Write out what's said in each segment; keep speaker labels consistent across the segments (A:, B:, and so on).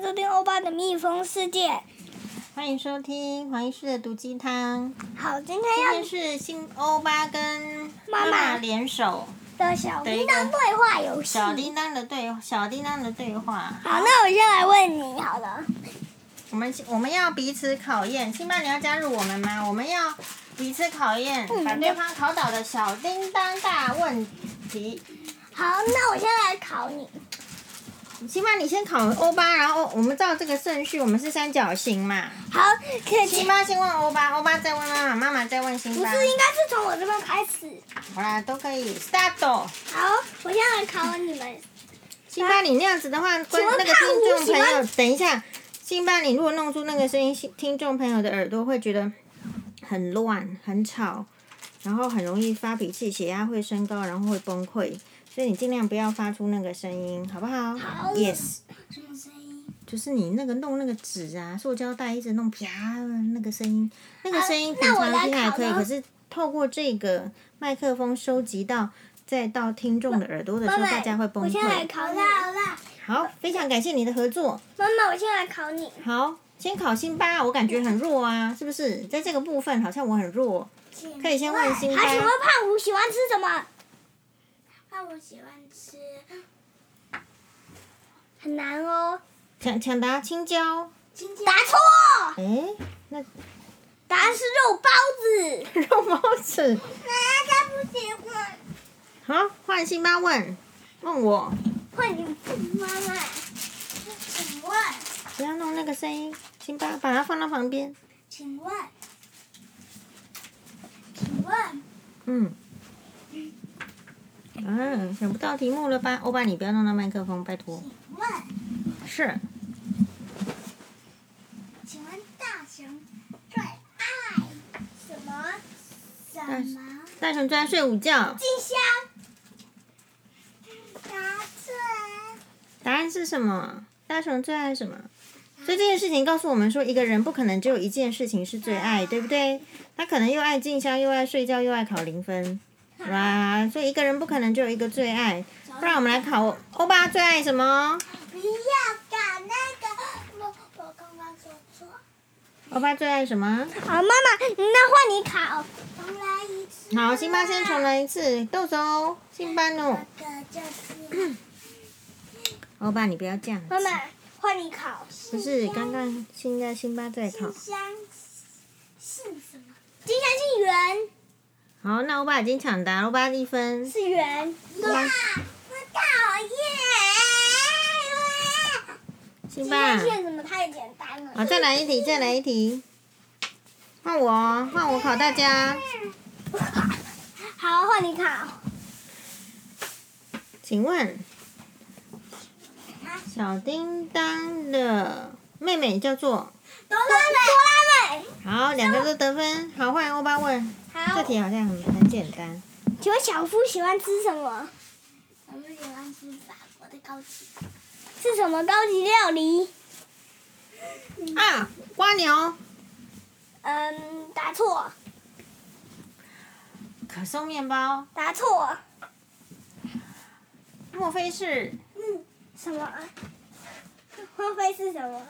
A: 收听欧巴的蜜蜂世界。
B: 欢迎收听黄医师的毒鸡汤。
A: 好，今
B: 今
A: 天
B: 天是新欧巴跟
A: 哎妈妈
B: 妈妈联手
A: 要的小
B: 的一
A: 叮
B: 个
A: 当对话游戏。
B: 小叮当的对小叮当的对话。
A: 好，那我先来问你好了。
B: 我们我们要彼此考验，辛巴你要加入我们吗？我们要彼此考验，
A: 嗯
B: 把对方考倒的小叮当大问题。
A: 好，那我先来考你。
B: 辛巴你先考欧巴，然后我们照这个顺序，我们是三角形嘛。
A: 好，可
B: 辛
A: 惜
B: 巴先问欧巴，欧巴再问妈妈，妈妈再问辛
A: 不
B: 巴。
A: 是应该是从我这边开始。
B: 好啦，都可以。Start。哦
A: 好，我先来考你们。
B: 辛巴，你那样子的话，关
A: 问
B: 那个
A: 胖虎
B: 听众
A: 喜
B: 朋
A: 欢
B: 友，等一下，辛巴，你如果弄出那个声音，听听众朋友的耳朵会觉得很乱、很吵，然后很容易发脾气，血压会升高，然后会崩溃。所以你尽量不要发出那个声音，好不好
A: 好
B: y e s
A: 什么声音？
B: 就是你那个弄那个纸啊，塑胶袋一直弄啪那个声音，那个
A: 好
B: 声音
A: 那
B: 平
A: 我
B: 常
A: 来
B: 听还
A: 考
B: 可以，
A: 咯
B: 可是透过这个麦克风收集到，再到听众的耳朵的时
A: 妈
B: 候，
A: 妈，
B: 大家会崩
A: 我
B: 溃。
A: 先来考你。好啦，
B: 好，非常感谢你的合作。
A: 妈妈，我先来考你。
B: 好，先考辛巴，我感觉很弱啊，是不是？在这个部分好像我很弱。可以先问辛巴
A: 好，请问胖虎喜欢吃什么？胖虎喜欢吃，很难哦。
B: 抢抢答青椒，
A: 答错，
B: 哎，那
A: 答案是肉包子。
B: 肉包子。
A: 大家不喜欢。
B: 好，换辛巴问，问我，
A: 换你妈妈，请问，
B: 不要弄那个声音。辛巴，把它放到旁边。
A: 请问，请问，
B: 嗯。嗯，想不到题目了吧？欧巴，你不要弄到麦克风，拜托。
A: 请问，
B: 是，
A: 请问大熊最爱什么？什么？
B: 大熊最爱睡午觉。
A: 静香。答对。
B: 答案是什么？大熊最爱什么？所以这件事情告诉我们说，一个人不可能只有一件事情是最爱，对不对？他可能又爱静香，又爱睡觉，又爱考零分，哇！所以一个人不可能只有一个最爱。不然我们来考欧巴最爱什么？
A: 不要搞那个，我我刚刚说错。
B: 欧巴最爱什么？
A: 好，妈妈，那换你考。重来一次。
B: 好，辛巴先重。来一次，豆豆，辛巴努，
A: 这个就是。
B: 欧巴你不要这样子，
A: 妈妈，换你考。
B: 不是刚刚现在辛巴在考。
A: 香姓什么？金香姓袁，
B: 好，那欧巴已经抢答，欧巴一分。
A: 是袁。哇，我讨厌。
B: 辛
A: 金
B: 巴
A: 香，姓什么？太简单了。
B: 好，再来一题，再来一题，换我哦，换我考大家。
A: 好，换你考。
B: 请问，小叮当的妹妹叫做？
A: 哆啦美。
B: 好，两个都得分。好，换欧巴问，
A: 好
B: 这题好像很很简单。
A: 请问小夫喜欢吃什么？我们喜欢吃法国的高级。是什么高级料理？
B: 啊，瓜牛
A: 嗯，答错，
B: 可颂面包，
A: 答错。
B: 莫非是
A: 嗯，什么？莫非是什么？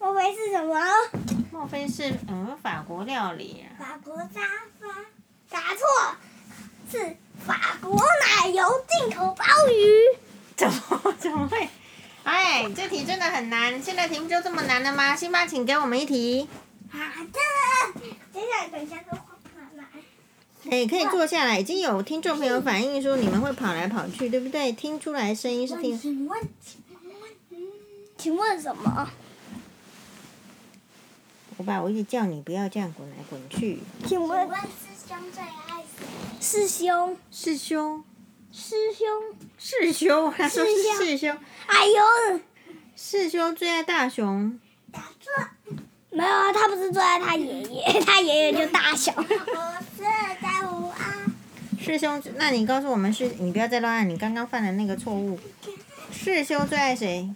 A: 莫非是什么？
B: 莫非是嗯法国料理啊？
A: 法国沙发。答错，是法国奶油进口鲍鱼。
B: 怎么怎么会？哎，这题真的很难。现在题目就这么难了吗？辛巴，请给我们一题。
A: 好的，接下来等一下就换妈妈。
B: 哎，可以坐下来。已经有听众朋友反映说你们会跑来跑去，对不对？听出来声音是听
A: 请问，请问，请问什么？
B: 我吧，我一直叫你不要这样滚来滚去。
A: 请
C: 请
A: 问
C: 问师兄最爱谁？
A: 师兄，
B: 师 兄，
A: 师兄，
B: 师兄，他说
A: 师兄
B: 是师兄，
A: 哎呦，
B: 师兄最爱大熊。
A: 答错。没有啊，他不是坐在他爷爷，他爷爷就大小。
C: 我是在胡啊，
B: 师兄，那你告诉我们是，你不要再乱按，你刚刚犯的那个错误。师兄最爱谁？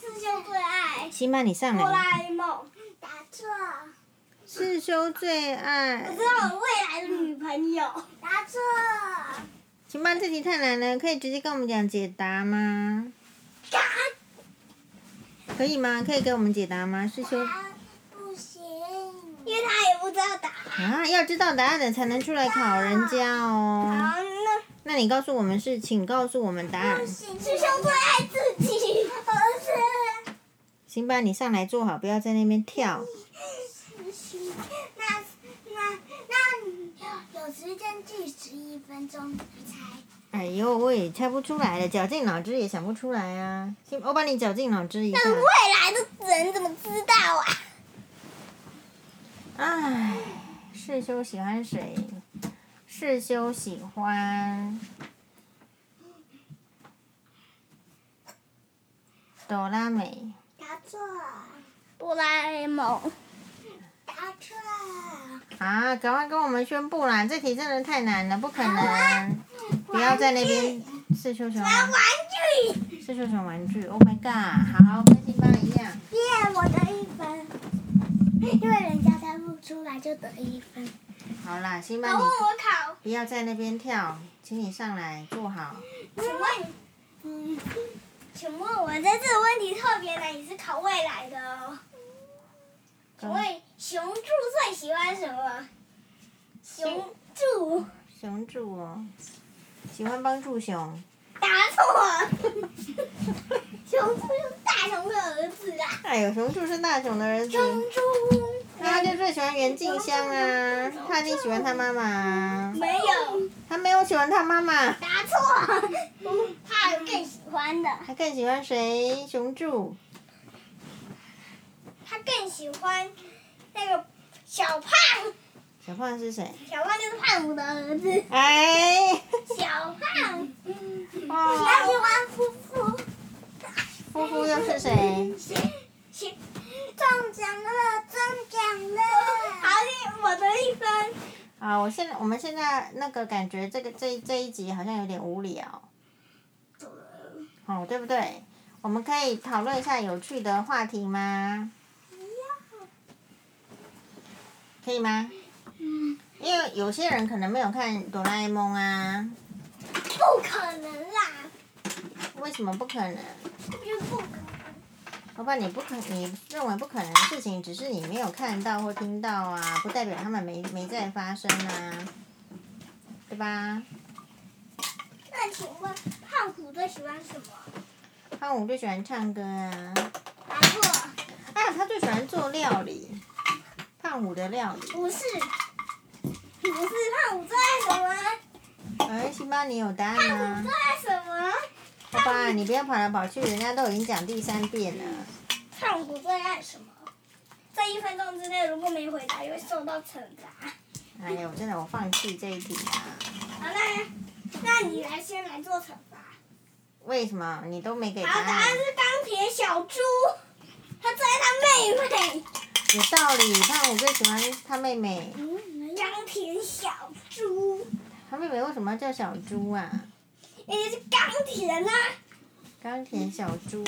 C: 师兄最爱
B: 辛巴，你上
A: 哆
B: 哎来。
A: 啦 A 梦，
C: 答错，
B: 师兄最
A: 我
B: 爱
A: 知。道我未来的女朋友。
C: 答错，
B: 辛巴，这题太难了，可以直接跟我们讲解答吗？可以吗？可以给我们解答吗？是修
C: 答不行，
A: 因为他也不知道答案。
B: 啊，要知道答案的才能出来考人家哦。
A: 好，那
B: 那你告诉我们是，请告诉我们答案。
A: 师兄最爱自己， 不
B: 行吧，你上来坐好，不要在那边跳。
C: 那那那你有时间计时一分钟，你猜？
B: 哎呦，我也猜不出来了，绞尽脑汁也想不出来啊。行，我帮你绞尽脑汁一下
A: 是。那未来的人怎么知道啊？
B: 唉，世修哎喜欢谁？世修喜欢朵拉美。
C: 答错，
A: 哆啦 A 梦，
C: 答错，
B: 啊，赶快跟我们宣布啦！这题真的太难了，不可能！不要在那边是修熊，
C: 玩具。
B: 是修熊玩具。Oh my god！好，跟辛巴一样。
C: 耶，我得一分，因为人家猜不出来就得一分。
B: 好啦，辛巴
A: 然
B: 你
A: 后我考，
B: 不要在那边跳，请你上来坐好。
A: 请问，嗯，请问我们这次的问题特别难，也是考未来的哦。
C: 嗯
A: 请问熊柱最喜欢什么？熊柱
B: 熊助哦，喜欢帮助熊。
A: 答 错，熊柱是大熊的儿子啊。
B: 哎呦，熊助是大熊的儿子。
A: 熊柱
B: 那他就最喜欢袁静香啊，他一定喜欢他妈妈啊。
A: 没有
B: 他没有喜欢他妈妈，
A: 答错， 他有更喜欢的，
B: 他更喜欢谁？熊助。
A: 他更喜欢那个小胖，
B: 小胖是谁？
A: 小胖就是胖虎的儿子。
B: 哎，
A: 小胖，
C: 嗯
B: 哦，
A: 喜欢夫妇。
B: 夫妇又是谁？
A: 中奖了，中奖了！好，我得一分。
B: 啊，我现在我们现在那个感觉这个这一这一集好像有点无聊，哦，对不对？我们可以讨论一下有趣的话题吗？可以吗？
A: 嗯，
B: 因为有些人可能没有看《哆啦 A 梦》啊，
A: 不可能啦，
B: 为什么不可能？
A: 就是不可能。
B: 老板，你不可，你认为不可能的事情，只是你没有看到或听到啊，不代表他们没没在发生啊，对吧？
A: 那请问胖虎最喜欢什么？
B: 胖虎最喜欢唱歌啊，
A: 答错，
B: 啊，他最喜欢做料理，胖虎的料理。
A: 不是，不是胖虎最爱什么？
B: 哎，辛巴，你有答案
A: 胖虎
B: 吗
A: 最？爱什么？
B: 老板，你不要跑来跑去，人家都已经讲第三遍了。
A: 胖虎最爱什么？在一分钟之内如果没回答，就会受到惩罚。
B: 哎呦，真的，我放弃这一题啊！
A: 好，那那你来先来做惩罚。
B: 为什么你都没给答
A: 好，答
B: 案
A: 案？是钢铁小猪，他最爱他妹妹。
B: 有道理，胖虎最喜欢他妹妹，
A: 嗯，钢铁小猪，
B: 他妹妹为什么叫小猪啊？
A: 人家是钢铁呢。
B: 钢铁小猪。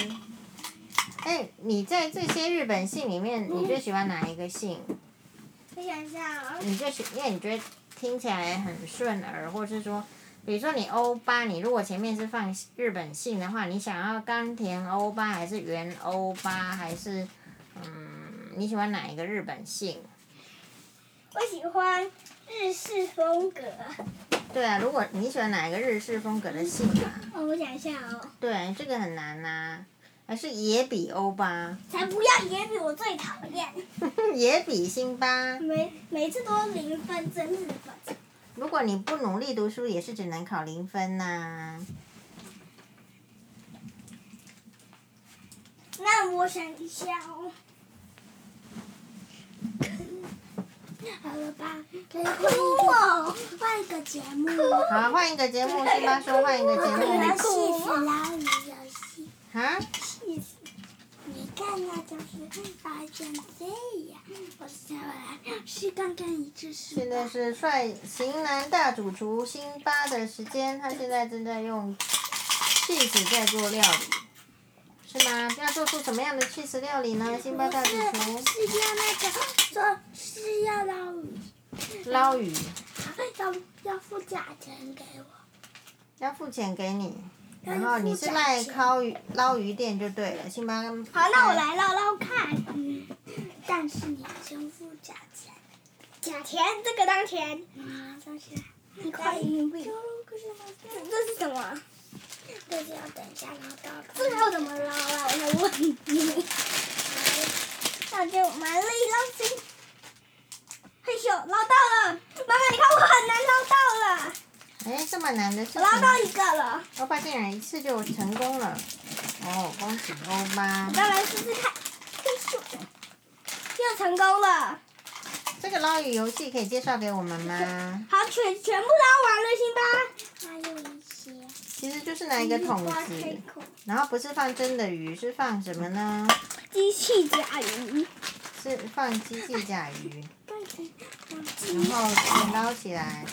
B: 哎，你在这些日本姓里面，你最喜欢哪一个姓？
A: 我想一下啊，
B: 你最喜，因为你觉得听起来很顺耳，或是说，比如说你欧巴，你如果前面是放日本姓的话，你想要冈田欧巴还是原欧巴，还是嗯，你喜欢哪一个日本姓？
A: 我喜欢日式风格。
B: 对啊，如果你喜欢哪一个日式风格的姓啊？
A: 哦，我想一下哦，
B: 对，啊这个很难呐、还是野比欧巴，
A: 才不要野比，我最讨厌，
B: 野比辛巴。
A: 每每次都零分，真是烦。
B: 如果你不努力读书，也是只能考零分呐、
A: 那我想一下哦。
C: 好了吧，可以换一个换一个节目，
B: 好，啊换一个节目，辛巴说换一个节
C: 我
B: 目
C: 要戏死拉鱼游戏。
B: 啊。
C: 你看那就是发现这样，我下来是刚刚一致是
B: 现在是帅型男大主厨辛巴的时间，他现在正在用 cheese 在做料理，是吗？要做出什么样的 cheese 料理呢？辛巴大主厨
C: 是要那个说是要哎捞鱼，
B: 捞鱼，
C: 要要付价钱给我，
B: 要付钱给你，然后你是卖捞鱼捞鱼店就对了，星巴克。
A: 好，那我。来唠唠看。
C: 嗯，但是你全部假钱。
A: 假钱，这个当钱，
C: 啊，但是
A: 一块硬币
C: 就。可是我
A: 这这是什么？
C: 这就要等一下，然后到
A: 这个要怎么捞啊？我想问你。那就蛮力捞金。嘿咻，捞到了！妈妈，你看我很难捞到了，
B: 哎，这么难的事
A: 我捞到
B: 情，
A: 一个了。
B: 欧巴竟然一次就成功了。哦，恭喜欧巴
A: 我！再来试试看。嘿咻，又成功了。
B: 这个捞鱼游戏可以介绍给我们吗？
A: 好，全全部捞完了，辛巴。
C: 还有一些
B: 其实就是拿一个桶
C: 花
B: 子
C: 开，口，
B: 然后不是放真的鱼，是放什么呢？
A: 机器甲鱼。
B: 是放机器甲鱼，
C: 对，然后
B: 然后捞起来。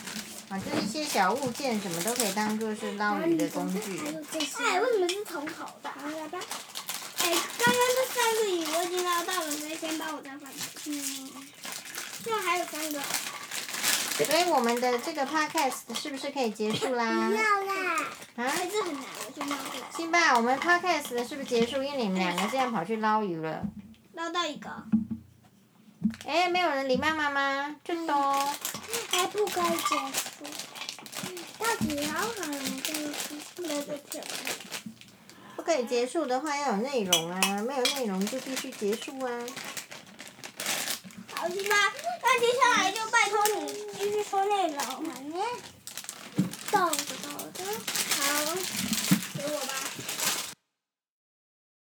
B: 啊，就是一些小物件，什么都可以当做是
C: 啊
B: 捞鱼的工具。
C: 还有这些。
A: 哎，为什么是从头的？
C: 好了吧，
A: 哎，刚刚这三个鱼我已经捞到了，所以先把我的放嗯，这还有三个。
B: 所以我们的这个 podcast 是不是可以结束啦
C: 不？要啦，
B: 啊，
A: 哎，这很难，我就捞不来。
B: 辛巴，我们 podcast 是不是结束？因为你们两个现在跑去捞鱼了。
A: 捞到一个。
B: 哎，没有人理妈妈吗？哦这都
C: 还不该结束。
A: 嗯
C: 到底聊好了这个
A: 不能再吃了。
B: 不可以结束的话，要有内容啊，没有内容就必须结束啊。
A: 好，辛巴，那接下来就拜托你继续说内容。
C: 豆子